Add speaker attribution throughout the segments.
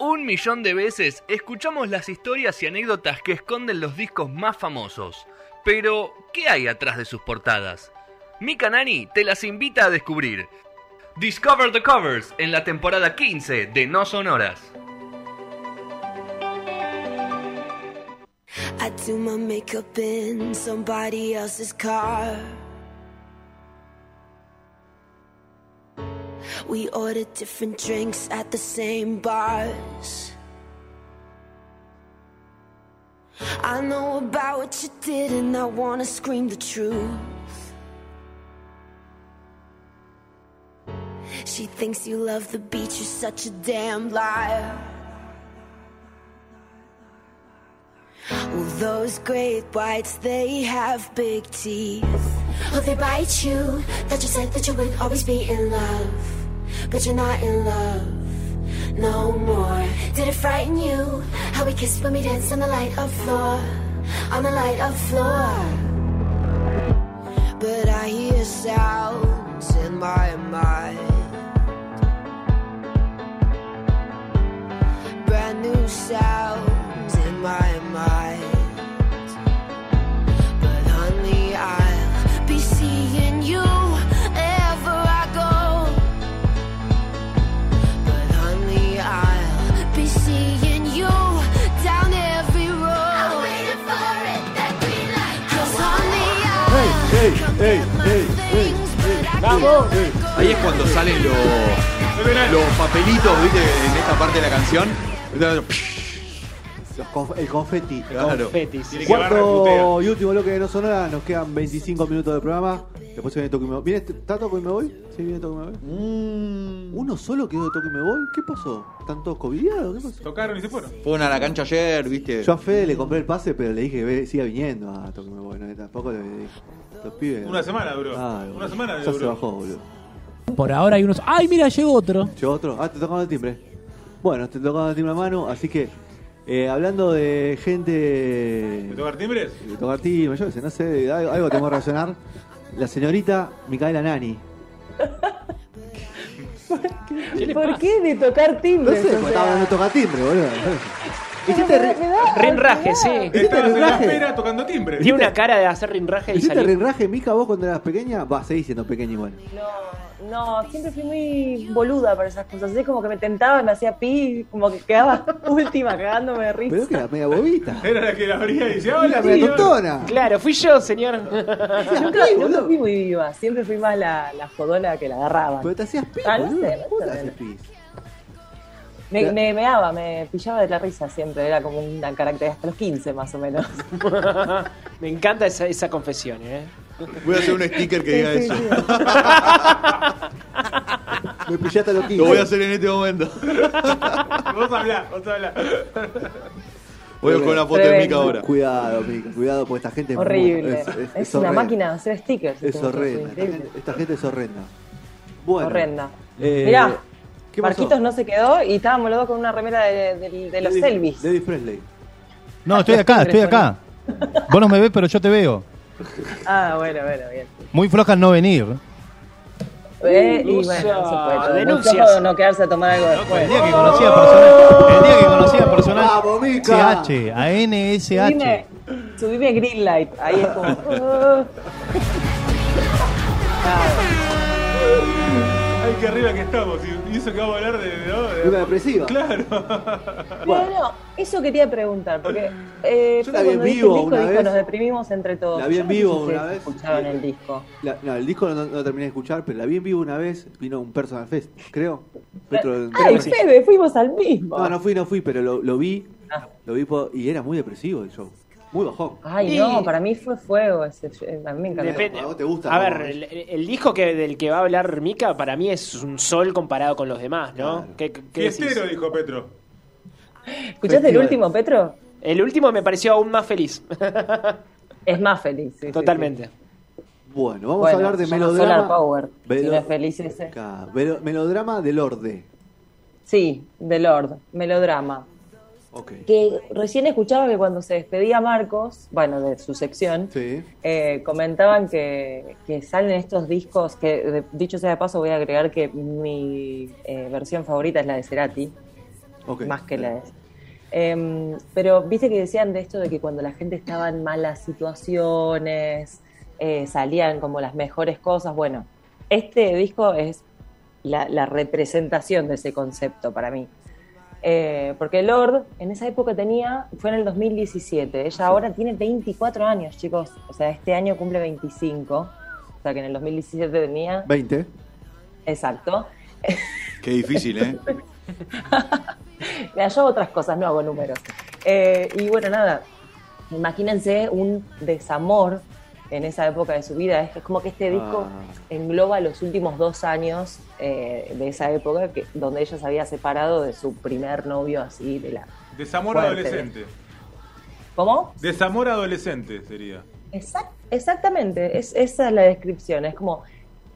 Speaker 1: un millón de veces escuchamos las historias y anécdotas que esconden los discos más famosos. Pero, ¿qué hay atrás de sus portadas? Mika Nani te las invita a descubrir. Discover the Covers en la temporada 15 de No Sonoras.
Speaker 2: I do my makeup in somebody else's car. We order different drinks at the same bars. I know about what you did, and I wanna scream the truth. She thinks you love the beach, you're such a damn liar. Well, those great whites, they have big teeth.
Speaker 3: Oh, they bite you. That you said that you would always be in love. But you're not in love no more. Did it frighten you? How we kissed when we danced on the light of floor. On the light of floor.
Speaker 2: But I hear sounds in my mind. Brand new sounds in my mind. But honey, I'll be seeing you ever I go. But honey, I'll be seeing you down every road.
Speaker 3: waited for it, that green light.
Speaker 2: Cause honey, I'll
Speaker 4: ¡Ey, ey, ey, ey! ¡Vamos! Ey.
Speaker 5: Ahí es cuando salen los, los papelitos, ¿viste? En esta parte de la canción.
Speaker 4: Los conf- el confeti, el
Speaker 5: Claro.
Speaker 4: confeti. sí.
Speaker 6: Tiene que barrer
Speaker 4: Cuarto
Speaker 6: puteo.
Speaker 4: y último bloque de No Sonora, nos quedan 25 minutos de programa. Después se viene Toque y Me Voy. ¿Viene, ¿Está Toque y Me Voy? Sí, viene Toque y Me Voy.
Speaker 6: Mm.
Speaker 4: ¿Uno solo quedó de Toque y Me Voy? ¿Qué pasó? ¿Están todos covidiados? ¿Qué pasó?
Speaker 6: Tocaron y se fueron.
Speaker 5: Fueron a la cancha ayer,
Speaker 6: Eh.
Speaker 5: ¿viste?
Speaker 4: Yo a Fede le compré el pase, pero le dije que ve- siga viniendo a Toque y Me Voy. No, tampoco le dije. Los pibes.
Speaker 6: Una semana duró.
Speaker 4: Ah,
Speaker 6: Una
Speaker 4: boludo.
Speaker 6: semana
Speaker 4: Ya
Speaker 6: duró.
Speaker 4: se bajó, boludo.
Speaker 7: Por ahora hay unos. ¡Ay, mira, llegó otro!
Speaker 4: Llegó otro. Ah, te tocaba el timbre. Bueno, te tocaba el timbre a mano, así que. eh, hablando de gente.
Speaker 6: ¿De tocar timbres?
Speaker 4: de tocar timbre, yo qué sé, no sé, algo, algo tengo que relacionar. La señorita Micaela Nani.
Speaker 8: ¿Por qué de tocar
Speaker 4: No
Speaker 8: timbres?
Speaker 4: sé,
Speaker 8: O
Speaker 4: porque estaba
Speaker 8: sea,
Speaker 4: hablando de tocar timbre, boludo. Hiciste,
Speaker 8: me da-
Speaker 4: ri-
Speaker 8: me da-
Speaker 9: Rinraje,
Speaker 7: Ah.
Speaker 9: sí.
Speaker 4: ¿Viste
Speaker 6: Estabas
Speaker 4: el
Speaker 6: en la
Speaker 4: doblaje?
Speaker 6: espera tocando timbres.
Speaker 9: Tiene una cara de hacer rinraje y
Speaker 4: hiciste
Speaker 9: salir.
Speaker 4: renraje, Mica, vos cuando eras pequeña. Va, seguís siendo pequeña igual.
Speaker 8: No, no, siempre fui muy boluda para esas cosas. Es como que me tentaba, me hacía pi, como que quedaba última cagándome de risa.
Speaker 4: Pero que era media bobita.
Speaker 6: Era la que la abría y decía, hola,
Speaker 4: media
Speaker 6: señor".
Speaker 4: tontona.
Speaker 9: Claro, fui yo, señor.
Speaker 8: nunca,
Speaker 4: Sí,
Speaker 8: nunca
Speaker 4: boludo.
Speaker 8: fui muy viva, siempre fui más la, la jodona que la agarraba.
Speaker 4: Pero te hacías pis,
Speaker 8: Ah, no
Speaker 4: boludo.
Speaker 8: sé, no
Speaker 4: ¿Cómo te
Speaker 8: sé.
Speaker 4: haces pis?
Speaker 8: Me, me meaba, me pillaba de la risa siempre, era como una característica hasta los 15 más o menos.
Speaker 9: Me encanta esa, esa confesión, ¿eh?
Speaker 5: Voy a hacer un sticker que diga eso.
Speaker 4: Me pillaste a los 15.
Speaker 5: Lo voy a hacer en este momento.
Speaker 6: Vos hablá, vos hablá.
Speaker 5: Voy a con la foto de Mica
Speaker 8: Tremendo.
Speaker 5: ahora.
Speaker 4: Cuidado, Mica, cuidado, porque esta gente es muy-
Speaker 8: Horrible.
Speaker 4: es-
Speaker 8: Es,
Speaker 4: es- es
Speaker 8: una
Speaker 4: horrenda.
Speaker 8: máquina de hacer stickers.
Speaker 4: Es
Speaker 8: este muchacho,
Speaker 4: horrenda. Esta
Speaker 8: increíble.
Speaker 4: gente, esta gente es horrenda. Bueno.
Speaker 8: Horrenda.
Speaker 4: Eh,
Speaker 8: Mirá,
Speaker 4: ¿qué pasó?
Speaker 8: Marquitos no se quedó y estábamos los dos con una remera de, de- de los
Speaker 4: Elvis-
Speaker 8: Elvis.
Speaker 4: Elvis Presley.
Speaker 10: No, estoy acá, estoy acá. Vos no me ves, pero yo te veo.
Speaker 8: Ah, bueno, bueno, bien.
Speaker 10: Muy floja en no venir.
Speaker 9: Oh.
Speaker 8: Eh, y bueno, no se puede. todo.
Speaker 9: Denuncias.
Speaker 8: Muy flojo no quedarse a tomar algo
Speaker 10: El
Speaker 8: después.
Speaker 10: día que conocía personal. El día que conocía personal.
Speaker 9: Ah,
Speaker 4: Vamos, Mica.
Speaker 10: CH, a NSH.
Speaker 8: Subime, subime Green Light. Ahí es como. ah.
Speaker 6: Ay, qué arriba que estamos. Y- Y eso que vamos a hablar de. ¿no? de-
Speaker 4: Una depresiva.
Speaker 6: Claro.
Speaker 8: Pero no, eso quería preguntar, porque eh,
Speaker 4: Yo
Speaker 8: Fede
Speaker 4: la vi en
Speaker 8: cuando dice
Speaker 4: vivo
Speaker 8: el disco,
Speaker 4: una
Speaker 8: dijo,
Speaker 4: vez.
Speaker 8: nos deprimimos entre todos.
Speaker 4: La vi
Speaker 8: Yo
Speaker 4: en
Speaker 8: no sé
Speaker 4: vivo
Speaker 8: si ustedes
Speaker 4: una vez.
Speaker 8: escucharon el disco.
Speaker 4: La- no, el disco no, no lo terminé de escuchar, pero la vi en vivo una vez. Vino un Personal Fest, creo. Otro-
Speaker 8: Ay, Fede, fuimos al mismo.
Speaker 4: no, no fui, no fui, pero lo, lo vi.
Speaker 8: Ah.
Speaker 4: Lo vi por- y era muy depresivo el show. Muy bajón.
Speaker 8: Ay,
Speaker 9: Y-
Speaker 8: no, para mí fue fuego. Ese, eh, a mí me encantó.
Speaker 9: Depende.
Speaker 4: ¿A vos te gusta?
Speaker 9: A
Speaker 4: ¿no?
Speaker 9: ver, el, el disco que, del que va a hablar Mika para mí es un sol comparado con los demás, ¿no?
Speaker 4: Claro.
Speaker 9: ¿Qué- qué- qué decís?
Speaker 6: Fiestero, dijo Petro.
Speaker 8: ¿Escuchaste el último, Petro?
Speaker 9: El último me pareció aún más feliz.
Speaker 8: Es más feliz. sí, sí,
Speaker 9: Totalmente.
Speaker 4: Bueno,
Speaker 8: sí.
Speaker 4: vamos
Speaker 8: Bueno,
Speaker 4: a hablar de
Speaker 8: ya no Solar
Speaker 4: melodrama.
Speaker 8: Power. Si
Speaker 4: Velo-
Speaker 8: no es feliz ese.
Speaker 4: Acá, velo- melodrama del Orde.
Speaker 8: Sí, The Lord, melodrama.
Speaker 4: Ok.
Speaker 8: Que recién escuchaba que cuando se despedía Marcos, bueno, de su sección,
Speaker 4: Sí.
Speaker 8: eh, comentaban que, que salen estos discos, que de- dicho sea de paso voy a agregar que mi eh, versión favorita es la de Cerati,
Speaker 4: Ok.
Speaker 8: más que la S. Em, pero viste que decían de esto de que cuando la gente estaba en malas situaciones, eh, salían como las mejores cosas. Bueno, este disco es la, la representación de ese concepto para mí. Eh, porque Lord en esa época tenía, fue en el 2017, ella ahora tiene 24 años, chicos, o sea, este año cumple 25, o sea que en el 2017 tenía,
Speaker 4: 20.
Speaker 8: exacto.
Speaker 5: Qué difícil, ¿eh?
Speaker 8: Mira, yo hago otras cosas, no hago números. Eh, y bueno, nada, imagínense un desamor en esa época de su vida. Es como que este disco
Speaker 4: Ah.
Speaker 8: engloba los últimos dos años eh, de esa época que, donde ella se había separado de su primer novio así de la...
Speaker 6: Desamor
Speaker 8: Fuerte.
Speaker 6: adolescente.
Speaker 8: ¿Cómo?
Speaker 6: Desamor adolescente sería.
Speaker 8: Exact- exactamente, es, esa es la descripción. Es como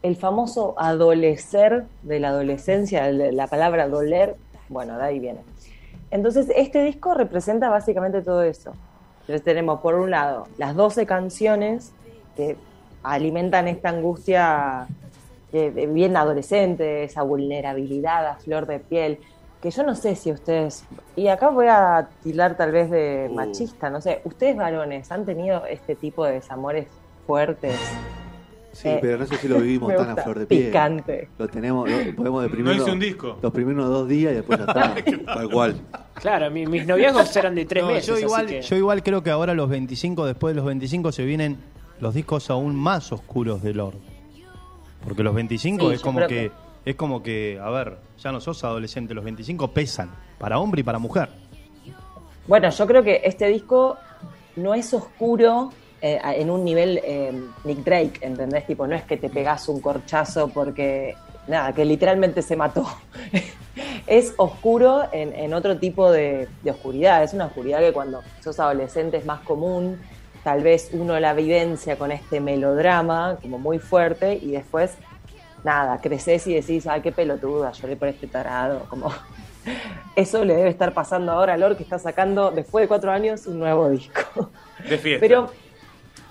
Speaker 8: el famoso adolecer de la adolescencia, el- la palabra doler, bueno, de ahí viene. Entonces, este disco representa básicamente todo eso. Entonces, tenemos por un lado las 12 canciones que alimentan esta angustia eh, de- bien adolescente, esa vulnerabilidad a flor de piel. Que yo no sé si ustedes, y acá voy a tirar tal vez de machista, no sé, ustedes varones han tenido este tipo de desamores fuertes.
Speaker 4: Sí,
Speaker 8: Eh,
Speaker 4: pero no sé si lo vivimos
Speaker 8: Me
Speaker 4: tan a
Speaker 8: gusta.
Speaker 4: flor de piel.
Speaker 8: Picante.
Speaker 4: Lo tenemos, lo podemos
Speaker 6: No
Speaker 4: deprimir.
Speaker 6: hice un disco.
Speaker 4: Los primeros dos días y después ya está.
Speaker 5: Tal cual.
Speaker 9: Claro, mi- mis noviazgos eran de tres
Speaker 10: No,
Speaker 9: meses.
Speaker 10: yo,
Speaker 9: así
Speaker 10: igual,
Speaker 9: que-
Speaker 10: yo igual creo que ahora los 25, después de los 25, se vienen los discos aún más oscuros de Lord. Porque los 25
Speaker 8: Sí,
Speaker 10: es
Speaker 8: yo
Speaker 10: como
Speaker 8: creo
Speaker 10: que, es como que, a ver, ya no sos adolescente, los 25 pesan para hombre y para mujer.
Speaker 8: Bueno, yo creo que este disco no es oscuro eh, en un nivel eh, Nick Drake, ¿entendés? Tipo, no es que te pegas un corchazo porque, nada, que literalmente se mató. es oscuro en, en otro tipo de, de oscuridad. Es una oscuridad que cuando sos adolescente es más común. Tal vez uno la vivencia con este melodrama como muy fuerte y después, nada, creces y decís, ay, qué pelotuda, lloré por este tarado, como... Eso le debe estar pasando ahora a Lor, que está sacando, después de cuatro años, un nuevo disco.
Speaker 6: De fiesta.
Speaker 8: Pero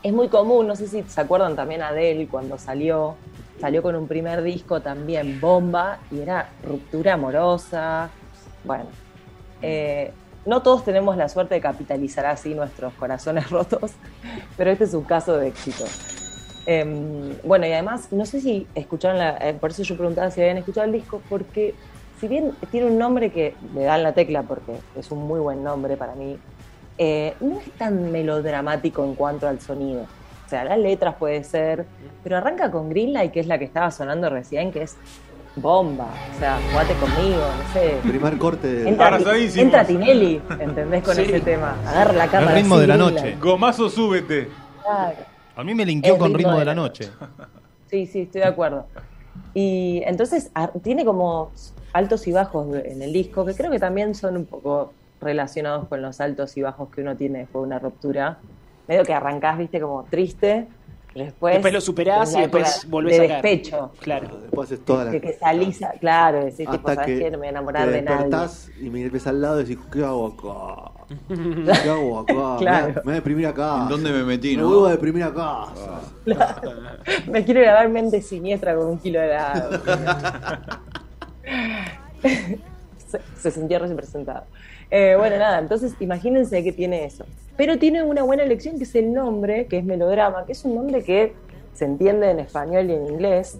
Speaker 8: es muy común, no sé si se acuerdan también Adele cuando salió, salió con un primer disco también, Bomba, y era ruptura amorosa. Bueno, eh, no todos tenemos la suerte de capitalizar así nuestros corazones rotos, pero este es un caso de éxito. Em, bueno, y además, no sé si escucharon, la- eh, por eso yo preguntaba si habían escuchado el disco, porque si bien tiene un nombre que le dan la tecla, porque es un muy buen nombre para mí, eh, no es tan melodramático en cuanto al sonido. O sea, las letras puede ser, pero arranca con Greenlight, que es la que estaba sonando recién, que es bomba. O sea, jugate conmigo, no sé.
Speaker 4: Primer corte de.
Speaker 8: Entra,
Speaker 6: Abrazadísimos.
Speaker 8: entra Tinelli, ¿entendés? Con ese tema. Agarra la cámara.
Speaker 10: ritmo
Speaker 8: así,
Speaker 10: de la
Speaker 8: Greenlight.
Speaker 10: noche.
Speaker 6: Gomazo, súbete.
Speaker 8: Claro.
Speaker 10: A mí me linkeó
Speaker 8: El
Speaker 10: con
Speaker 8: ritmo
Speaker 10: ritmo
Speaker 8: de
Speaker 10: de
Speaker 8: la
Speaker 10: la noche.
Speaker 8: Sí, sí, estoy de acuerdo. Y entonces ar- tiene como altos y bajos de- en el disco, que creo que también son un poco relacionados con los altos y bajos que uno tiene después de una ruptura. Medio que arrancás, viste, como triste. pero Después,
Speaker 9: Después lo superás
Speaker 8: tenés
Speaker 9: y
Speaker 8: la
Speaker 9: después
Speaker 8: época
Speaker 9: volvés
Speaker 8: de
Speaker 9: a caer.
Speaker 8: despecho.
Speaker 9: Claro.
Speaker 4: Después haces toda la. Ah.
Speaker 8: Que, que salís, a- claro, decís, tipo,
Speaker 4: Hasta
Speaker 8: ¿sabes
Speaker 4: que
Speaker 8: qué? No me voy a enamorar
Speaker 4: te
Speaker 8: de nadie.
Speaker 4: despertás y me ves al lado y decís, ¿qué hago acá? ¿Qué hago acá?
Speaker 8: Claro.
Speaker 4: Me, voy a- me voy a deprimir acá.
Speaker 5: ¿En dónde me metí,
Speaker 4: Me
Speaker 5: no?
Speaker 4: vuelvo a deprimir acá.
Speaker 8: Me quiero grabar mente siniestra con un kilo de helado. se, se sintió representado. Eh, bueno, nada, entonces imagínense que tiene eso. Pero tiene una buena elección que es el nombre, que es melodrama, que es un nombre que se entiende en español y en inglés.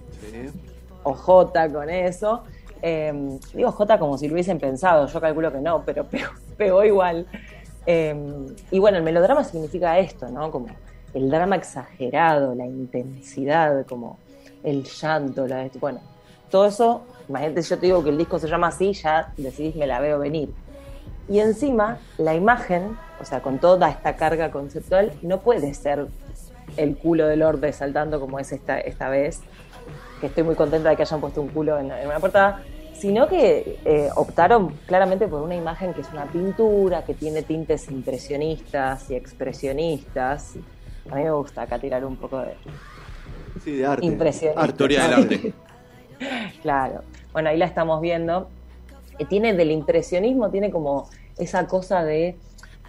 Speaker 8: O J con eso. Eh, digo J como si lo hubiesen pensado, yo calculo que no, pero pegó, pegó igual. Eh, y bueno, el melodrama significa esto, ¿no? Como el drama exagerado, la intensidad, como el llanto, la bueno, todo eso, imagínate, yo te digo que el disco se llama así, ya decidís me la veo venir. Y encima, la imagen, o sea, con toda esta carga conceptual, no puede ser el culo del orden saltando como es esta, esta vez, que estoy muy contenta de que hayan puesto un culo en, en una portada, sino que eh, optaron claramente por una imagen que es una pintura, que tiene tintes impresionistas y expresionistas. A mí me gusta acá tirar un poco de,
Speaker 4: Sí, de arte.
Speaker 8: Impresionante.
Speaker 4: Arte.
Speaker 5: Historia del arte.
Speaker 8: Claro. Bueno, ahí la estamos viendo. Eh, Tiene del impresionismo, tiene como esa cosa de eh,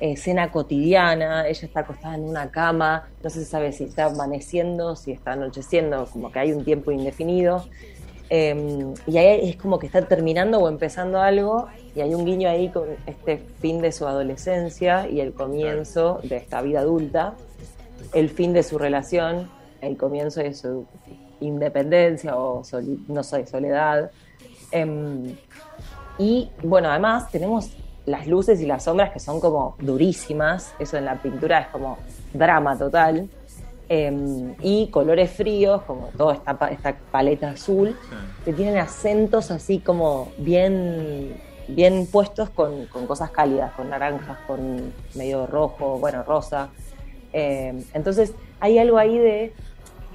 Speaker 8: escena cotidiana. Ella está acostada en una cama, no se sabe si está amaneciendo, si está anocheciendo, como que hay un tiempo indefinido. Eh, y ahí es como que está terminando o empezando algo y hay un guiño ahí con este fin de su adolescencia y el comienzo de esta vida adulta, el fin de su relación, el comienzo de su independencia o soli- no sé, soledad. Em, y bueno, además tenemos las luces y las sombras que son como durísimas, eso en la pintura es como drama total. Em, y colores fríos, como toda esta, pa- esta paleta azul, que tienen acentos así como bien, bien puestos con, con cosas cálidas, con naranjas, con medio rojo, bueno, rosa. Em, entonces hay algo ahí de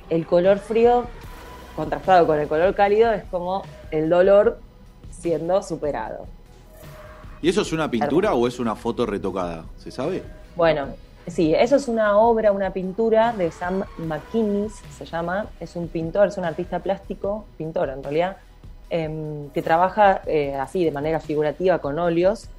Speaker 8: el color frío contrastado con el color cálido es como el dolor siendo superado.
Speaker 5: ¿Y eso es una pintura o es una foto retocada? ¿Se sabe?
Speaker 8: Bueno, sí, eso es una obra, una pintura de Sam McKinnis, se llama. Es un pintor, es un artista plástico, pintor en realidad, em, que trabaja eh, así de manera figurativa con óleos.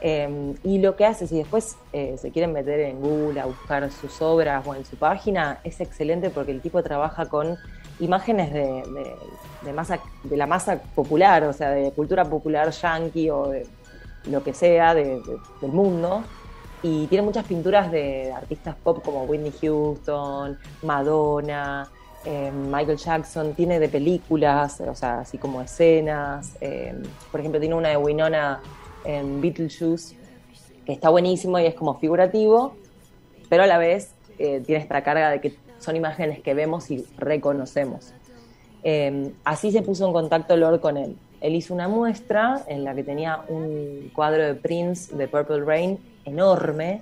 Speaker 8: em, y lo que hace, si después eh, se quieren meter en Google a buscar sus obras o en su página, es excelente porque el tipo trabaja con imágenes de, de- de masa, de la masa popular, o sea, de cultura popular yankee o de lo que sea de- de- del mundo y tiene muchas pinturas de artistas pop como Whitney Houston, Madonna, eh, Michael Jackson, tiene de películas, o sea, así como escenas. eh, por ejemplo, tiene una de Winona en Beetlejuice, que está buenísimo y es como figurativo, pero a la vez eh, tiene esta carga de que son imágenes que vemos y reconocemos. Eh, así se puso en contacto Lord con él. Él hizo una muestra en la que tenía un cuadro de Prince de Purple Rain enorme,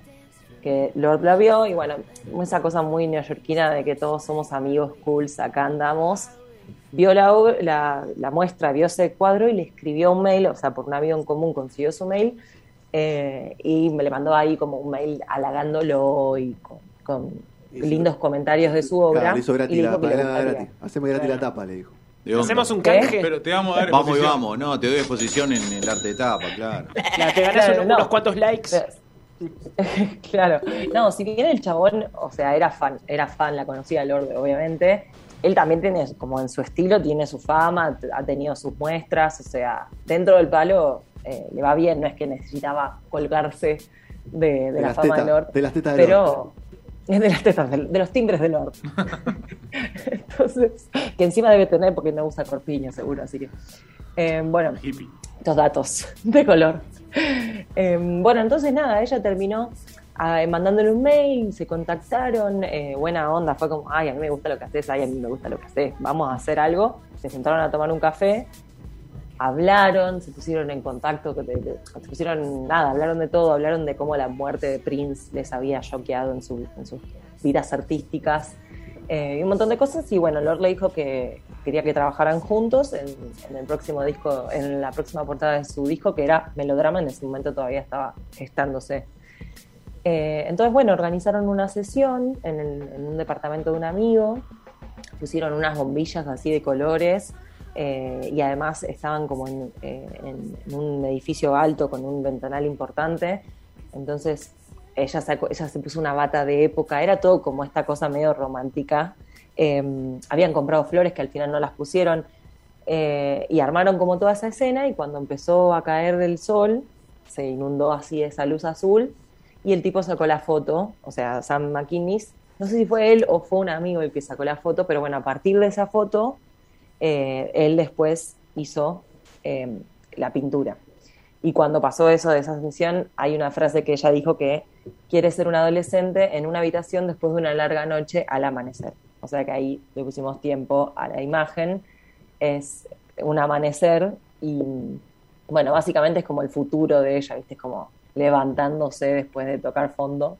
Speaker 8: que Lord la vio y bueno, esa cosa muy neoyorquina de que todos somos amigos, cool, acá andamos. Vio la, ob- la, la muestra, vio ese cuadro y le escribió un mail, o sea, por un amigo en común consiguió su mail eh, y me le mandó ahí como un mail halagándolo y con, con lindos comentarios de su obra.
Speaker 4: Claro, le hizo gratis
Speaker 8: y le
Speaker 4: la,
Speaker 8: dijo que le
Speaker 4: la- la-
Speaker 8: gustaría.
Speaker 4: gratis. Hacemos gratis la tapa, le dijo.
Speaker 9: Hacemos un canje.
Speaker 6: Pero te vamos a dar
Speaker 5: Vamos y
Speaker 6: exposición.
Speaker 5: vamos, no, te doy exposición en el arte de tapa, claro.
Speaker 9: La- te ganás
Speaker 8: Claro,
Speaker 9: unos,
Speaker 8: no.
Speaker 9: unos cuantos likes.
Speaker 8: Claro. No, si bien el chabón, o sea, era fan, era fan, la conocía Lorde, obviamente. Él también tiene, como en su estilo, tiene su fama, t- ha tenido sus muestras, o sea, dentro del palo eh, le va bien, no es que necesitaba colgarse de, de la
Speaker 4: las
Speaker 8: fama
Speaker 4: tetas-
Speaker 8: de Lord.
Speaker 4: de las tetas de
Speaker 8: pero, De las tetas, de, de los timbres de Lord. Entonces, que encima debe tener porque no usa corpiño, seguro, así que. eh, bueno,
Speaker 6: Hippie.
Speaker 8: estos datos de color. Eh, bueno, entonces nada, ella terminó ah, mandándole un mail, se contactaron, eh, buena onda, fue como, ay, a mí me gusta lo que haces, ay, a mí me gusta lo que haces, vamos a hacer algo. Se sentaron a tomar un café, hablaron, se pusieron en contacto, que- que- que- se pusieron nada, hablaron de todo, hablaron de cómo la muerte de Prince les había choqueado en, su- en sus vidas artísticas eh, y un montón de cosas. Y bueno, Lord le dijo que quería que trabajaran juntos en, en el próximo disco, en la próxima portada de su disco, que era Melodrama, en ese momento todavía estaba gestándose. Eh, entonces, bueno, organizaron una sesión en, el- en un departamento de un amigo, pusieron unas bombillas así de colores eh, y además estaban como en, eh, en- en un edificio alto con un ventanal importante. Entonces, ella, sacó- ella se puso una bata de época, era todo como esta cosa medio romántica. Eh, habían comprado flores que al final no las pusieron eh, y armaron como toda esa escena y cuando empezó a caer del sol, se inundó así esa luz azul y el tipo sacó la foto, o sea, Sam McInnes, no sé si fue él o fue un amigo el que sacó la foto, pero bueno, a partir de esa foto, eh, él después hizo eh, la pintura. Y cuando pasó eso de esa sesión, hay una frase que ella dijo que quiere ser un adolescente en una habitación después de una larga noche al amanecer. O sea que ahí le pusimos tiempo a la imagen. Es un amanecer y, bueno, básicamente es como el futuro de ella, ¿viste? Es como levantándose después de tocar fondo.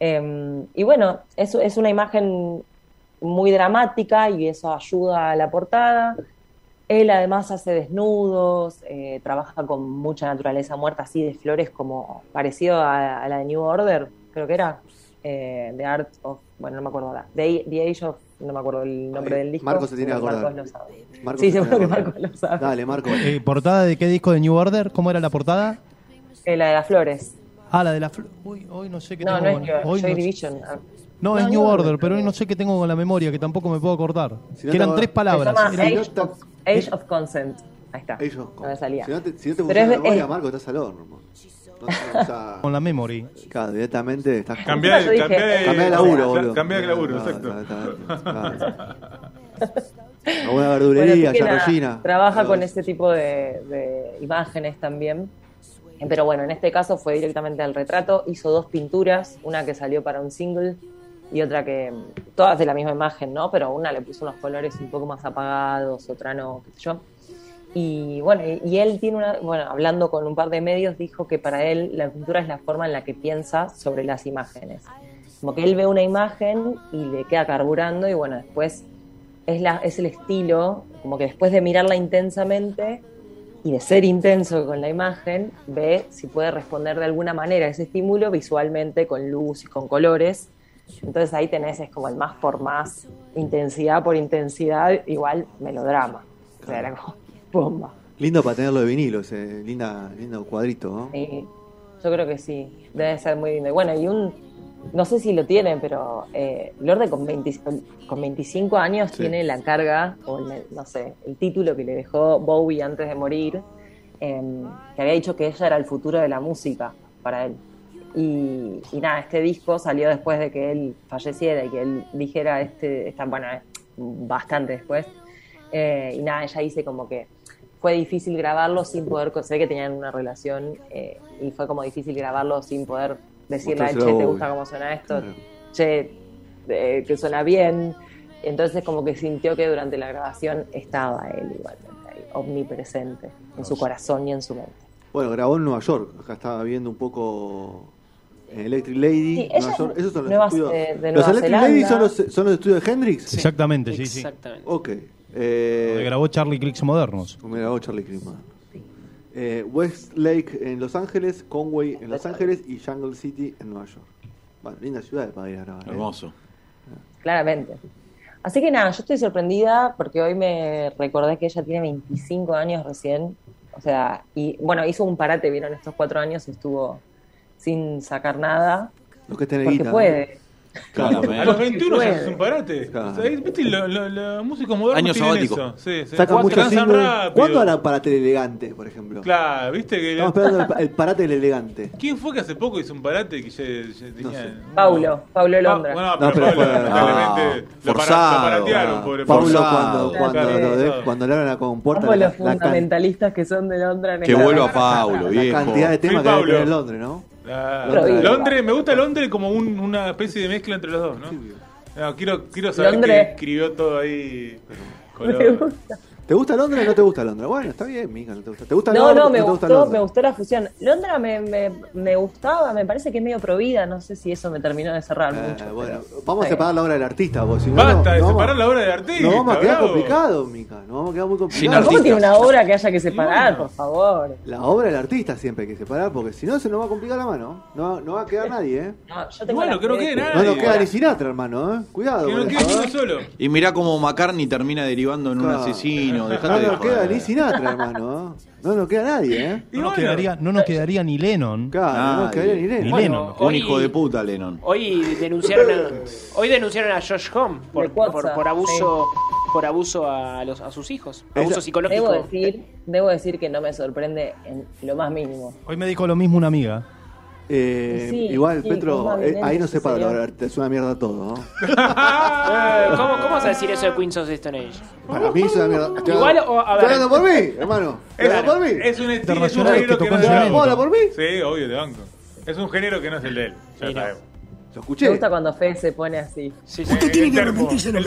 Speaker 8: Eh, y bueno, es, es una imagen muy dramática y eso ayuda a la portada. Él además hace desnudos, eh, trabaja con mucha naturaleza muerta, así de flores como parecido a, a la de New Order, creo que era, eh, The Art of, bueno, no me acuerdo ahora, The, The Age of, no me acuerdo el nombre
Speaker 4: Ay,
Speaker 8: del disco.
Speaker 4: Marco se tiene que
Speaker 8: seguro
Speaker 4: acordar.
Speaker 8: Marcos lo sabe.
Speaker 4: Marcos
Speaker 8: sí,
Speaker 4: se
Speaker 8: seguro que
Speaker 4: tiene que
Speaker 8: Marcos
Speaker 4: acordar.
Speaker 8: lo sabe.
Speaker 4: Dale, Marco.
Speaker 10: Eh, ¿Portada de qué disco de New Order? ¿Cómo era la portada?
Speaker 8: Eh, la de las flores.
Speaker 10: Ah, la de la flor. Uy, hoy no sé qué
Speaker 8: No,
Speaker 10: tengo
Speaker 8: no es
Speaker 10: con-
Speaker 8: Joy,
Speaker 10: hoy
Speaker 8: Joy
Speaker 10: no sé-
Speaker 8: Division. ah.
Speaker 10: No, es New Order, pero hoy no sé qué tengo con la memoria, que tampoco me puedo acordar. que eran tres palabras.
Speaker 8: Se llama
Speaker 10: Eran-
Speaker 8: Age of, Age of Consent. Ahí está.
Speaker 4: Age of
Speaker 8: No me salía.
Speaker 4: Si no te, si no te
Speaker 8: Pero
Speaker 4: funciona
Speaker 8: es
Speaker 4: la
Speaker 8: de-
Speaker 4: memoria,
Speaker 8: es-
Speaker 4: Marco, estás al horno. hermano. No, no, o sea,
Speaker 10: Con la memory.
Speaker 4: claro, directamente estás
Speaker 6: Cambiá
Speaker 8: Yo dije-
Speaker 6: de, cambiá de,
Speaker 4: Cambiá de laburo,
Speaker 6: cla-
Speaker 4: boludo.
Speaker 6: Cambiá de laburo,
Speaker 4: Claro,
Speaker 6: exacto.
Speaker 4: claro, claro. A una
Speaker 8: Bueno, así
Speaker 4: verdurería,
Speaker 8: que
Speaker 4: ya
Speaker 8: nada,
Speaker 4: Regina.
Speaker 8: Trabaja
Speaker 4: Algo
Speaker 8: con
Speaker 4: de
Speaker 8: ese tipo de, de imágenes también. Eh, Pero bueno, en este caso fue directamente al retrato. Hizo dos pinturas, una que salió para un single y otra que. mm, Todas de la misma imagen, ¿no? Pero una le puso unos colores un poco más apagados, otra no, qué sé yo. Y bueno, y- y él tiene una. Bueno, hablando con un par de medios, dijo que para él la pintura es la forma en la que piensa sobre las imágenes. Como que él ve una imagen y le queda carburando, y bueno, después es, la, es el estilo, como que después de mirarla intensamente y de ser intenso con la imagen, ve si puede responder de alguna manera a ese estímulo visualmente con luz y con colores. Entonces ahí tenés, es como el más por más, intensidad por intensidad, igual melodrama. O sea, era como bomba.
Speaker 4: Lindo para tenerlo de vinilo, ese linda, lindo cuadrito, ¿no?
Speaker 8: Sí, yo creo que sí, debe ser muy lindo. Y Bueno, y un, no sé si lo tienen, pero eh, Lorde con, 20 con 25 años tiene la carga, o el- no sé, el título que le dejó Bowie antes de morir, em, que había dicho que ella era el futuro de la música para él. Y, y nada, este disco salió después de que él falleciera y que él dijera, este, esta, bueno, eh, bastante después. Eh, y nada, ella dice como que fue difícil grabarlo sin poder, se ve que tenían una relación eh, y fue como difícil grabarlo sin poder decirle, a él, che,
Speaker 4: Mostrárselo a
Speaker 8: ¿te
Speaker 4: Bowie".
Speaker 8: gusta cómo suena esto?
Speaker 4: Claro.
Speaker 8: Che, eh, que suena bien. Entonces como que sintió que durante la grabación estaba él igualmente ahí, omnipresente en su corazón y en su mente.
Speaker 4: Bueno, grabó en Nueva York. Acá estaba viendo un poco eh, Electric Lady.
Speaker 8: Sí, ella
Speaker 4: Nueva York. Esos son los
Speaker 8: Nueva-
Speaker 4: estudios.
Speaker 8: eh, de
Speaker 4: ¿Los
Speaker 8: Nueva
Speaker 4: Electric
Speaker 8: Zelanda.
Speaker 4: Lady son los, son los estudios de Hendrix?
Speaker 10: Exactamente, sí, sí.
Speaker 9: Exactamente.
Speaker 4: Ok.
Speaker 10: Donde
Speaker 4: Eh,
Speaker 10: grabó Charlie Clicks Modernos.
Speaker 4: me grabó Charlie Crisman. Eh, Westlake en Los Ángeles, Conway en Los Ángeles y Jungle City en Nueva York. Bueno, linda ciudad para ir a grabar. ¿eh?
Speaker 5: Hermoso.
Speaker 8: Claramente. Así que nada, yo estoy sorprendida porque hoy me recordé que ella tiene 25 años recién. O sea, y bueno, hizo un parate, vieron, estos cuatro años estuvo sin sacar nada.
Speaker 4: Los que estén en
Speaker 8: Porque
Speaker 4: guita, ¿no?
Speaker 8: puede.
Speaker 6: A los
Speaker 5: Claramente.
Speaker 6: 21 ya
Speaker 8: Puede.
Speaker 6: es un parate.
Speaker 4: Claro.
Speaker 6: O sea, ¿Viste? Lo- lo- los músicos modernos
Speaker 5: Año
Speaker 6: tienen
Speaker 5: sabático.
Speaker 6: eso. Sí, sí.
Speaker 4: Sacan
Speaker 6: Se
Speaker 4: muchos
Speaker 6: cansan
Speaker 4: singles.
Speaker 6: rápido.
Speaker 4: ¿Cuándo harán para Telelegante, por ejemplo?
Speaker 6: Claro, ¿viste? que
Speaker 4: Estamos esperando el, pa- el parate del elegante.
Speaker 6: ¿Quién fue que hace poco hizo un parate que ya, ya tenía...
Speaker 4: sé.
Speaker 8: Paulo, Paulo
Speaker 6: Pa-
Speaker 8: Londra.
Speaker 6: Ah, Bueno,
Speaker 4: No,
Speaker 6: pero,
Speaker 4: pero
Speaker 6: Pablo,
Speaker 4: fue-
Speaker 6: lamentablemente,
Speaker 5: ah,
Speaker 6: lo, para-
Speaker 5: forzado,
Speaker 6: lo paratearon,
Speaker 5: ah,
Speaker 6: pobre
Speaker 4: Pablo,
Speaker 6: Pablo.
Speaker 4: cuando,
Speaker 5: Forzado.
Speaker 4: cuando,
Speaker 8: Claro,
Speaker 4: lo de-
Speaker 6: forzado.
Speaker 4: cuando le abren la compuerta,
Speaker 8: Ambos
Speaker 4: la,
Speaker 8: los
Speaker 4: la can-
Speaker 8: fundamentalistas que son de Londra. en
Speaker 5: Que
Speaker 8: esta-
Speaker 5: vuelva Pablo,
Speaker 4: la
Speaker 5: viejo.
Speaker 4: cantidad de temas
Speaker 6: Sí,
Speaker 4: que hay
Speaker 6: Pablo.
Speaker 4: en Londres, ¿no?
Speaker 6: Ah,
Speaker 8: Pero-
Speaker 6: Londres, me gusta Londres como un- una especie de mezcla entre los dos, ¿no? No, quiero, quiero saber
Speaker 8: Londres.
Speaker 6: que escribió todo ahí. con
Speaker 8: Me
Speaker 6: los-
Speaker 8: gusta.
Speaker 4: ¿Te gusta Londres o no te gusta Londres? Bueno, está bien, mija, no te gusta. ¿Te gusta
Speaker 8: No,
Speaker 4: Londres
Speaker 8: no,
Speaker 4: o
Speaker 8: me
Speaker 4: te gusta
Speaker 8: gustó,
Speaker 4: Londres?
Speaker 8: me gustó la fusión. Londra me, me, me gustaba, me parece que es medio provida, no sé si eso me terminó de cerrar
Speaker 4: Eh,
Speaker 8: mucho.
Speaker 4: bueno,
Speaker 8: pero-
Speaker 4: vamos a
Speaker 8: Sí.
Speaker 4: separar la obra del artista, vos. Si no,
Speaker 6: Basta de
Speaker 4: no, no
Speaker 6: separar
Speaker 4: vamos,
Speaker 6: la obra del artista.
Speaker 4: Nos vamos a quedar
Speaker 6: bravo.
Speaker 4: complicados, Mica. Nos vamos a quedar muy complicados.
Speaker 5: artista.
Speaker 8: ¿Cómo tiene una obra que haya que
Speaker 6: Y
Speaker 8: separar,
Speaker 6: bueno.
Speaker 8: por favor?
Speaker 4: La obra del artista siempre hay que separar, porque si no se nos va a complicar la mano. No, no va a quedar nadie, ¿eh?
Speaker 8: No, yo
Speaker 6: Y
Speaker 8: tengo
Speaker 6: bueno,
Speaker 8: la
Speaker 6: que no
Speaker 8: fe
Speaker 6: quede
Speaker 8: que-
Speaker 6: nada.
Speaker 4: No nos
Speaker 6: Nadie.
Speaker 4: queda ni Sinatra, hermano, ¿eh? Cuidado.
Speaker 6: Que no
Speaker 4: con
Speaker 6: quede
Speaker 4: eso,
Speaker 6: uno
Speaker 4: ¿eh?
Speaker 6: solo.
Speaker 5: Y mirá cómo McCartney termina derivando en un
Speaker 4: Claro.
Speaker 5: asesino. Dejate
Speaker 4: No
Speaker 5: de
Speaker 4: nos queda
Speaker 5: joder.
Speaker 4: ni Sinatra, hermano, ¿eh? No nos queda nadie, ¿eh?
Speaker 6: Y
Speaker 10: No nos,
Speaker 6: bueno,
Speaker 10: quedaría, no nos quedaría ni Lennon.
Speaker 4: Claro, no nos
Speaker 5: Nadie.
Speaker 4: quedaría ni Lennon.
Speaker 10: Ni
Speaker 9: Bueno,
Speaker 10: Lennon.
Speaker 5: Un
Speaker 9: Hoy-
Speaker 5: hijo de puta, Lennon.
Speaker 9: Hoy denunciaron a, hoy denunciaron a Josh Home por,
Speaker 8: De Cuatza,
Speaker 9: por, por abuso por abuso a los a sus hijos, abuso
Speaker 8: Debo
Speaker 9: psicológico.
Speaker 8: decir, debo decir que no me sorprende en lo más mínimo.
Speaker 10: Hoy me dijo lo mismo una amiga.
Speaker 4: Eh,
Speaker 8: Sí,
Speaker 4: igual,
Speaker 8: sí, es
Speaker 4: Petro,
Speaker 8: más
Speaker 4: eh,
Speaker 8: violento
Speaker 4: ahí no
Speaker 8: ese
Speaker 4: se para la
Speaker 8: señor.
Speaker 4: obra del artista, es una mierda todo, ¿no?
Speaker 9: Eh, ¿Cómo, ¿Cómo vas a decir eso de Queens of the Stone Age?
Speaker 4: Para mí es una mierda. Estoy
Speaker 9: Igual,
Speaker 4: hablando-
Speaker 9: o- a ver.
Speaker 4: estoy hablando por mí, hermano. Estoy
Speaker 6: Es,
Speaker 4: hablando por mí.
Speaker 6: es un estilo, es un
Speaker 10: Internacional que
Speaker 6: género que no
Speaker 10: tocó
Speaker 6: es
Speaker 10: en
Speaker 6: el
Speaker 10: su
Speaker 6: de
Speaker 10: momento.
Speaker 6: él.
Speaker 4: ¿Habla por mí?
Speaker 6: Sí, obvio, de banco. Es un género que no es el de él. Ya
Speaker 9: Sí, no.
Speaker 6: sabemos.
Speaker 4: Lo
Speaker 8: Me
Speaker 4: escuché.
Speaker 8: gusta cuando Fe se pone así.
Speaker 9: Sí,
Speaker 6: Eh,
Speaker 9: sí.
Speaker 6: el termo. El Fede
Speaker 4: No, no,
Speaker 6: Termo es el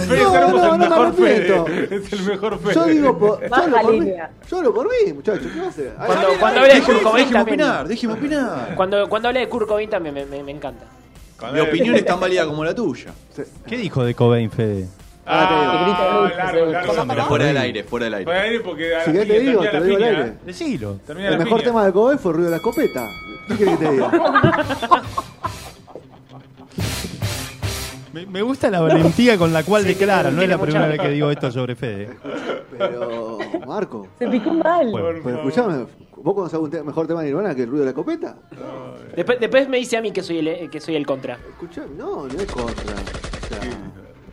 Speaker 4: no me
Speaker 6: mejor
Speaker 4: arrepiento.
Speaker 6: Fede. Es el mejor Fede.
Speaker 4: Yo digo por, yo
Speaker 8: Baja
Speaker 4: hablo por mí.
Speaker 8: línea.
Speaker 4: Yo hablo por mí, muchachos. ¿Qué va a hacer? Ay,
Speaker 9: Cuando,
Speaker 4: ay,
Speaker 9: cuando
Speaker 4: ay,
Speaker 9: habla de
Speaker 4: déjeme-
Speaker 9: Kurt Cobain
Speaker 4: déjeme
Speaker 9: también.
Speaker 4: opinar.
Speaker 5: Déjeme opinar.
Speaker 9: Cuando, cuando habla de Kurt Cobain también me, me- me encanta.
Speaker 6: Cuando
Speaker 5: Mi
Speaker 6: él-
Speaker 5: opinión es tan válida como la tuya.
Speaker 10: ¿Qué dijo de Cobain, Fede?
Speaker 8: Te grita el
Speaker 6: Ah,
Speaker 8: uso,
Speaker 6: largo,
Speaker 8: seguro.
Speaker 6: largo.
Speaker 5: Pero fuera del aire, fuera del
Speaker 6: Fuera
Speaker 5: aire.
Speaker 6: del aire porque a
Speaker 4: Si
Speaker 6: la
Speaker 4: querés te
Speaker 6: piña,
Speaker 4: digo,
Speaker 6: termina
Speaker 4: te
Speaker 6: la
Speaker 4: lo digo al
Speaker 6: piña,
Speaker 4: aire.
Speaker 6: ¿eh?
Speaker 10: Decilo.
Speaker 6: Termina
Speaker 4: El
Speaker 6: la
Speaker 4: mejor
Speaker 6: piña.
Speaker 4: tema de Kobe fue el ruido de la escopeta. ¿Qué querés que te diga?
Speaker 10: Me, me gusta la valentía con la cual declara. No es la
Speaker 9: tiene
Speaker 10: primera
Speaker 9: mucha-
Speaker 10: vez que digo esto sobre Fede.
Speaker 4: Pero, Marco,
Speaker 8: Se picó mal.
Speaker 4: Ah,
Speaker 10: Bueno,
Speaker 4: pero escuchame, ¿Vos conocés algún te- mejor tema de Nirvana que el ruido de la copeta?
Speaker 9: Después, después me dice a mí que soy el, eh, que soy el contra.
Speaker 4: Escuchá, no, no es contra. O sea,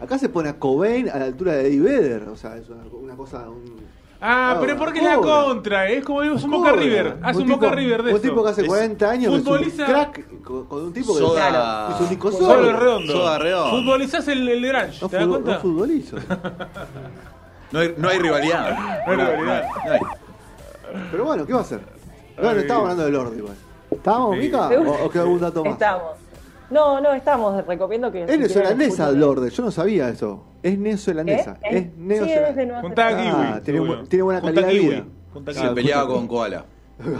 Speaker 4: acá se pone a Cobain a la altura de Eddie Vedder. O sea, es una, una cosa. Un...
Speaker 6: Ah, pero porque es la
Speaker 4: cobra.
Speaker 6: contra, es como es un
Speaker 4: Cobra.
Speaker 6: Boca River. Hace un
Speaker 4: tipo-
Speaker 6: Boca River de
Speaker 4: Un
Speaker 6: eso.
Speaker 4: tipo que hace 40 años que es un
Speaker 6: Futbolista.
Speaker 4: crack con, con un tipo que
Speaker 5: Soda.
Speaker 4: hizo un disco
Speaker 5: Soda
Speaker 4: solo.
Speaker 5: redondo. Soda redondo.
Speaker 6: Futbolizás el, el Grange,
Speaker 4: No,
Speaker 6: ¿te das
Speaker 4: futbol-
Speaker 6: cuenta?
Speaker 4: no futbolizo.
Speaker 5: No hay, no hay rivalidad.
Speaker 6: No hay rivalidad.
Speaker 5: No hay.
Speaker 4: Ah, Pero bueno, ¿qué va a hacer? No, no estábamos hablando del orden igual. ¿Estábamos,
Speaker 6: Sí.
Speaker 4: Mica? ¿O, o queda algún dato más?
Speaker 8: Estamos. No, no, estamos. Recomiendo que.
Speaker 4: Es
Speaker 8: si quieren
Speaker 4: neozelandesa
Speaker 8: escuchen-
Speaker 4: Lorde, yo no sabía eso. Es neozelandesa.
Speaker 8: ¿Eh?
Speaker 4: Es
Speaker 8: Sí, es de
Speaker 4: neozelandesa.
Speaker 8: Nueva
Speaker 6: Junta
Speaker 8: Zelanda.
Speaker 6: kiwi.
Speaker 4: Ah, tiene,
Speaker 6: seguro.
Speaker 4: bu- tiene buena
Speaker 6: Junta
Speaker 4: calidad
Speaker 6: kiwi.
Speaker 4: de vida.
Speaker 6: Junta
Speaker 5: Se
Speaker 4: Ah,
Speaker 5: peleaba
Speaker 4: escucha.
Speaker 5: con Koala.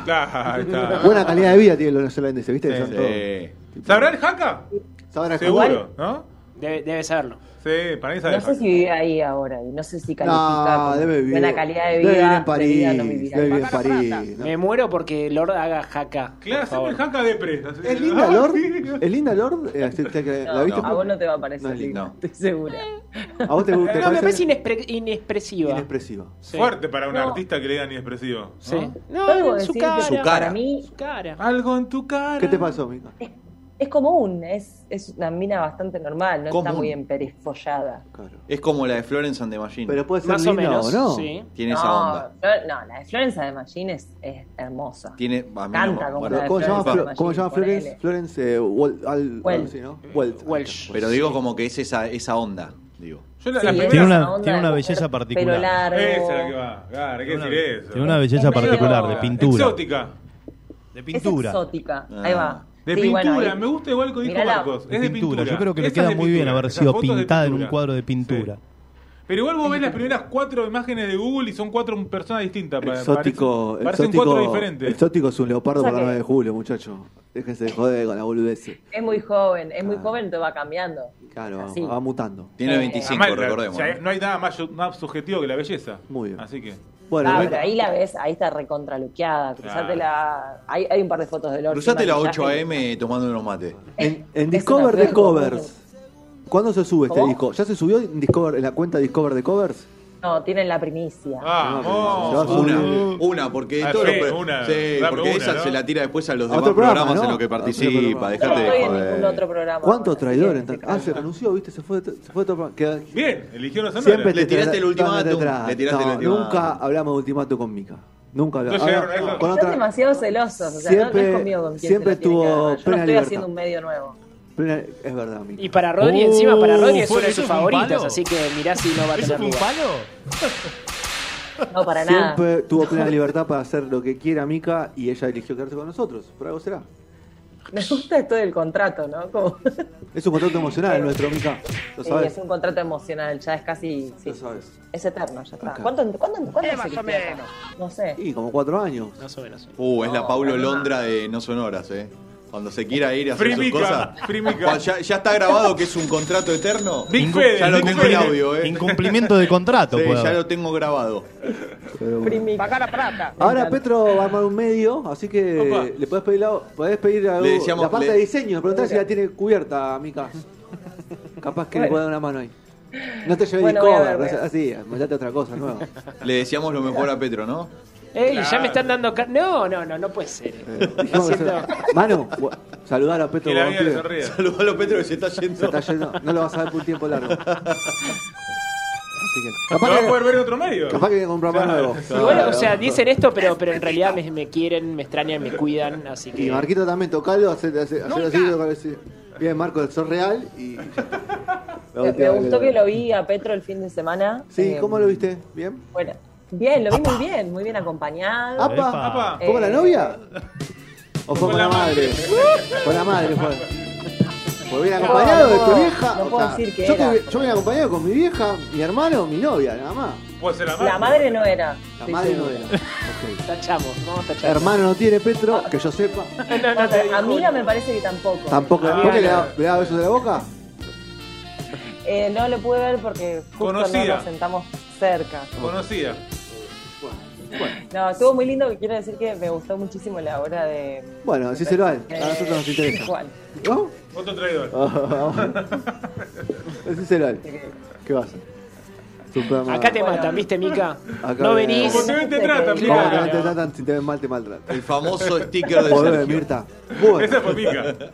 Speaker 6: Claro, ahí está.
Speaker 4: Buena calidad de vida tiene los neozelandeses, ¿viste?
Speaker 6: Sí,
Speaker 4: Son todos-
Speaker 5: Sí.
Speaker 6: ¿Sabrá el Jaca?
Speaker 4: sabrán a
Speaker 6: Seguro, ¿no?
Speaker 9: Debe, debe saberlo.
Speaker 6: Sí, para mí sabe
Speaker 8: No
Speaker 6: el
Speaker 8: sé
Speaker 6: Jaca.
Speaker 8: si vive ahí ahora. y No sé si califica.
Speaker 4: No,
Speaker 8: como
Speaker 4: debe vivir.
Speaker 8: Buena calidad de
Speaker 4: Debe vivir
Speaker 8: vida.
Speaker 4: en París.
Speaker 8: de vida no vivirá.
Speaker 4: debe vivir en París. ¿no?
Speaker 9: Me muero porque Lord haga jaca.
Speaker 6: Claro,
Speaker 9: por
Speaker 6: siempre
Speaker 9: favor.
Speaker 6: el Jaca de presa.
Speaker 4: ¿Es linda
Speaker 6: Ah,
Speaker 4: Lord?
Speaker 6: sí.
Speaker 4: ¿Es linda Lord? Eh, te- te- te- ¿La viste?
Speaker 8: A vos no te va a parecer
Speaker 4: No es lindo.
Speaker 8: lindo, estoy segura.
Speaker 4: ¿A vos te gusta?
Speaker 9: No, me
Speaker 4: ¿Te
Speaker 9: parece
Speaker 4: parece
Speaker 9: inexpre- inexpresiva.
Speaker 4: inexpresiva.
Speaker 9: Sí.
Speaker 6: Fuerte para un
Speaker 8: No.
Speaker 6: artista que le digan inexpresivo. ¿no?
Speaker 9: Sí.
Speaker 8: Debo
Speaker 9: No, su
Speaker 8: decir
Speaker 9: cara.
Speaker 8: que
Speaker 5: Su cara.
Speaker 8: Para mí
Speaker 9: Su cara.
Speaker 6: Algo en tu cara.
Speaker 4: ¿Qué te pasó, Mica?
Speaker 8: es común, es, es una mina bastante normal, no está
Speaker 5: Común.
Speaker 8: muy emperefollada.
Speaker 4: Claro.
Speaker 5: Es como la de Florence and the Machine.
Speaker 4: Pero puede ser
Speaker 9: Más o
Speaker 4: linda
Speaker 9: menos.
Speaker 4: o no.
Speaker 9: Sí.
Speaker 5: Tiene esa
Speaker 8: No,
Speaker 5: onda.
Speaker 8: Flor- no, la de Florence de Machine es, es hermosa.
Speaker 5: Tiene. a mí me-
Speaker 8: Canta como
Speaker 5: bueno,
Speaker 8: la de
Speaker 4: ¿Cómo se llama,
Speaker 8: Florence
Speaker 4: Flo- ¿cómo se llama
Speaker 8: Ponele.
Speaker 4: Florence? Florence eh, Wel- al-
Speaker 8: Welch.
Speaker 4: algo así, ¿no? Welch.
Speaker 9: Mm, Welsh.
Speaker 5: Pero digo como que es esa, esa onda. Digo.
Speaker 6: Yo la,
Speaker 8: Sí,
Speaker 6: la
Speaker 8: es
Speaker 6: primera.
Speaker 10: una-
Speaker 8: esa onda
Speaker 10: tiene una
Speaker 8: de
Speaker 10: belleza
Speaker 8: mujer,
Speaker 10: particular.
Speaker 8: Pelo largo.
Speaker 6: Esa es la que va. Claro, hay que decir eso.
Speaker 10: Tiene una belleza
Speaker 8: Es medio-
Speaker 10: particular de pintura.
Speaker 6: Exótica.
Speaker 10: De
Speaker 8: Es
Speaker 10: pintura.
Speaker 8: exótica.
Speaker 5: Ah.
Speaker 8: Ahí va.
Speaker 6: De
Speaker 8: Sí,
Speaker 6: pintura.
Speaker 8: bueno, ahí-
Speaker 6: Me gusta igual que dijo
Speaker 8: Mirala.
Speaker 6: Marcos.
Speaker 10: De
Speaker 6: es de
Speaker 10: pintura.
Speaker 6: pintura.
Speaker 10: Yo creo que le
Speaker 6: Esa es
Speaker 10: queda
Speaker 6: de
Speaker 10: muy bien
Speaker 6: pintura.
Speaker 10: haber
Speaker 6: Esas
Speaker 10: sido
Speaker 6: fotos de
Speaker 10: pintada en un
Speaker 6: pintura.
Speaker 10: cuadro de
Speaker 6: Sí.
Speaker 10: pintura.
Speaker 6: Pero igual vos ves las primeras cuatro imágenes de Google y son cuatro personas distintas. pa-
Speaker 4: Exótico,
Speaker 6: parecen- Parecen cuatro
Speaker 4: exótico,
Speaker 6: diferentes. Eh,
Speaker 4: exótico es un leopardo
Speaker 8: O sea
Speaker 4: por la
Speaker 8: que-
Speaker 4: 9 de julio, muchacho. Déjense de joder con la boludez.
Speaker 8: Es muy joven, es muy
Speaker 4: Ah.
Speaker 8: joven, te va cambiando.
Speaker 4: Claro,
Speaker 8: Así.
Speaker 4: va mutando.
Speaker 5: Tiene
Speaker 8: Eh,
Speaker 5: 25,
Speaker 6: Además, la-
Speaker 5: recordemos.
Speaker 6: o sea,
Speaker 5: ¿no?
Speaker 6: no hay nada más, más subjetivo que la belleza.
Speaker 4: Muy bien.
Speaker 6: Así que.
Speaker 4: Bueno,
Speaker 8: Ah,
Speaker 4: Mica-
Speaker 8: pero ahí la ves, ahí está recontraluqueada. Cruzatela. Hay, hay un par de fotos de Lord.
Speaker 5: Cruzate la
Speaker 8: sin
Speaker 5: 8
Speaker 8: maquillaje.
Speaker 5: AM tomando unos mates.
Speaker 4: en,
Speaker 8: Es
Speaker 4: en
Speaker 8: una
Speaker 4: Discover de
Speaker 8: flor como-
Speaker 4: Covers. ¿Cuándo se sube este
Speaker 8: ¿Cómo?
Speaker 4: disco? ¿Ya se subió en, Discover, en la cuenta Discover de Covers?
Speaker 8: No, tienen la primicia.
Speaker 6: Ah,
Speaker 4: No,
Speaker 6: vamos.
Speaker 4: no,
Speaker 5: Una,
Speaker 4: Sí.
Speaker 5: una, porque
Speaker 6: Ah,
Speaker 5: todos
Speaker 6: sí,
Speaker 5: los pro-
Speaker 6: una.
Speaker 5: sí,
Speaker 6: Dame
Speaker 5: porque
Speaker 6: una,
Speaker 5: esa
Speaker 6: ¿no?
Speaker 5: se la tira después a los
Speaker 4: A
Speaker 5: demás
Speaker 4: otro programa,
Speaker 5: programas en
Speaker 4: ¿no?
Speaker 5: los que
Speaker 4: A otro
Speaker 5: participa.
Speaker 4: programa.
Speaker 8: Yo no
Speaker 5: Dejate
Speaker 8: estoy
Speaker 5: de
Speaker 8: en ningún
Speaker 5: joder.
Speaker 8: otro programa.
Speaker 4: ¿Cuántos
Speaker 8: bueno,
Speaker 4: traidores?
Speaker 8: así que-
Speaker 4: entonces? Ah, se renunció, ¿viste? Se fue, de- se fue de otro programa. Queda-
Speaker 6: Bien, eligieron esa
Speaker 4: Siempre
Speaker 5: Le
Speaker 4: te
Speaker 5: tiraste
Speaker 4: tra-
Speaker 5: el ultimátum,
Speaker 4: te tra-
Speaker 5: le tiraste
Speaker 4: no,
Speaker 5: el ultimátum.
Speaker 4: Nunca hablamos de ultimátum con Mica. Nunca hablamos.
Speaker 6: No llegaron a
Speaker 4: Ahora,
Speaker 6: eso.
Speaker 4: Ah, con
Speaker 8: Están
Speaker 4: otra
Speaker 8: demasiado celosos, o sea, no, no
Speaker 4: Siempre-
Speaker 8: es conmigo con quien
Speaker 4: siempre
Speaker 8: se la tienen
Speaker 4: tuvo
Speaker 8: que agarrar. Yo
Speaker 4: plena
Speaker 8: no estoy
Speaker 4: libertad.
Speaker 8: haciendo un medio nuevo.
Speaker 4: plena- Es verdad, Mica.
Speaker 9: Y para Rodri,
Speaker 10: Uh,
Speaker 9: encima, para Rodri es
Speaker 10: ¿fue-
Speaker 9: uno de
Speaker 10: eso
Speaker 9: sus
Speaker 10: fue un
Speaker 9: favoritos,
Speaker 10: palo?
Speaker 9: así que mirá si no va a
Speaker 10: ¿Eso
Speaker 9: tener
Speaker 10: fue un
Speaker 9: lugar.
Speaker 10: palo?
Speaker 8: No, para nada.
Speaker 4: Siempre tuvo plena libertad para hacer lo que quiera Mica y ella eligió quedarse con nosotros. Por algo será.
Speaker 8: Me gusta esto del contrato, ¿no? Como...
Speaker 4: Es un contrato emocional el nuestro, Mica. Lo
Speaker 8: Sí,
Speaker 4: sabes.
Speaker 8: es un contrato emocional, ya es casi. sí,
Speaker 4: Lo sabes.
Speaker 8: Es eterno, ya está.
Speaker 4: Acá.
Speaker 8: ¿Cuánto, cuánto, cuánto Eh, más o menos. No sé.
Speaker 4: Y como cuatro años.
Speaker 9: Más o menos. sí.
Speaker 5: Uh, es la
Speaker 8: No,
Speaker 5: Paulo
Speaker 8: no.
Speaker 5: Londra de No Sonoras, eh. Cuando se quiera ir a hacer
Speaker 6: Free
Speaker 5: sus
Speaker 6: Mica,
Speaker 5: cosas.
Speaker 6: free Mica.
Speaker 5: Cuando Ya, ya está grabado que es un contrato eterno.
Speaker 6: Big Fede,
Speaker 5: Ya lo
Speaker 6: Big
Speaker 5: tengo
Speaker 6: Fede.
Speaker 5: en audio, eh.
Speaker 10: Incumplimiento de contrato,
Speaker 5: Sí,
Speaker 10: puede
Speaker 5: ya
Speaker 10: haber.
Speaker 5: lo tengo grabado.
Speaker 4: Ahora Petro va a armar un medio, así que
Speaker 6: Opa.
Speaker 4: le podés pedir la, podés pedir algo-
Speaker 5: Le decíamos-
Speaker 4: la parte
Speaker 5: le-
Speaker 4: de diseño, preguntale si la tiene cubierta, Mica. Capaz que le
Speaker 8: Bueno.
Speaker 4: pueda dar una mano ahí. No te lleves
Speaker 8: Bueno, voy a
Speaker 4: Discover,
Speaker 8: ver, voy a ver.
Speaker 4: así, mandate otra cosa nueva.
Speaker 5: Le decíamos lo mejor a Petro, ¿no?
Speaker 9: Ey, ya
Speaker 6: Claro.
Speaker 9: me están dando. ca- No, no, no, no puede ser. eh.
Speaker 4: Dijimos que se- Mano, bu- saludar a Petro.
Speaker 6: Que la
Speaker 4: buen
Speaker 6: vida le
Speaker 4: pibe.
Speaker 6: sonríe.
Speaker 5: Saludalo Petro que se está yendo.
Speaker 4: Se está yendo, no lo vas a ver por un tiempo largo. Así que,
Speaker 6: Lo
Speaker 4: capaz,
Speaker 6: va a poder
Speaker 4: que,
Speaker 6: ver en otro medio.
Speaker 4: capaz que viene con un programa
Speaker 6: Claro.
Speaker 4: nuevo.
Speaker 9: Igual, o sea, dicen esto, pero, pero en realidad me, me quieren, me extrañan, me cuidan, así
Speaker 4: Y
Speaker 9: que.
Speaker 4: Marquito también, tocalo, hacer hacer- hacer así, tocalo así. eh, Bien, Marco, el sos real y. ya está. La
Speaker 8: Me, me
Speaker 4: última vez
Speaker 8: gustó que
Speaker 4: vi.
Speaker 8: lo vi a Petro el fin de semana.
Speaker 4: Sí,
Speaker 8: Eh,
Speaker 4: ¿cómo lo viste? ¿Bien?
Speaker 8: Bueno, bien, lo vi muy bien, muy bien acompañado.
Speaker 4: ¿Apa?
Speaker 10: Epa.
Speaker 4: ¿Fue con la
Speaker 8: Eh.
Speaker 4: novia? ¿O fue
Speaker 6: Con
Speaker 4: con
Speaker 6: la
Speaker 4: la madre? Con la madre fue. ¿Fue bien
Speaker 8: No,
Speaker 4: acompañado
Speaker 8: no
Speaker 4: de tu
Speaker 8: puedo-
Speaker 4: vieja?
Speaker 8: no
Speaker 4: O
Speaker 8: puedo
Speaker 4: sea,
Speaker 8: decir que
Speaker 4: yo,
Speaker 8: era.
Speaker 4: que- yo me he acompañado con mi vieja, mi hermano, mi novia, nada más.
Speaker 6: Puede ser la madre.
Speaker 8: La madre no era.
Speaker 4: La
Speaker 8: sí,
Speaker 4: madre
Speaker 8: sí.
Speaker 4: no era. Ok.
Speaker 9: Tachamos, vamos a tachar.
Speaker 4: Hermano no tiene Petro, que yo sepa.
Speaker 8: Amiga me parece que tampoco.
Speaker 4: Tampoco.
Speaker 9: Ah,
Speaker 4: ¿Por qué le
Speaker 9: no.
Speaker 4: da, le da besos de la boca?
Speaker 8: Eh, no lo pude ver porque justo
Speaker 6: Conocida.
Speaker 8: no nos sentamos cerca.
Speaker 6: Conocida.
Speaker 8: No, estuvo muy lindo, que quiero decir que me gustó muchísimo la obra de...
Speaker 4: Bueno, decíselo a él. A nosotros nos interesa.
Speaker 8: Juan.
Speaker 4: ¿No?
Speaker 6: Otro traidor.
Speaker 4: decíselo a él.
Speaker 8: Así que,
Speaker 4: ¿Qué va a hacer? Superman.
Speaker 9: Acá te matan, ¿viste, Mica?
Speaker 4: Acá
Speaker 9: no
Speaker 4: ven-
Speaker 9: venís.
Speaker 4: Como te
Speaker 6: ven, te tratan,
Speaker 4: Como
Speaker 9: Claro.
Speaker 4: que no te tratan, si te ven mal, te maltratan.
Speaker 5: El famoso sticker de
Speaker 4: Volvé,
Speaker 5: Sergio.
Speaker 4: Mirta. Bueno.
Speaker 6: Esa fue pica.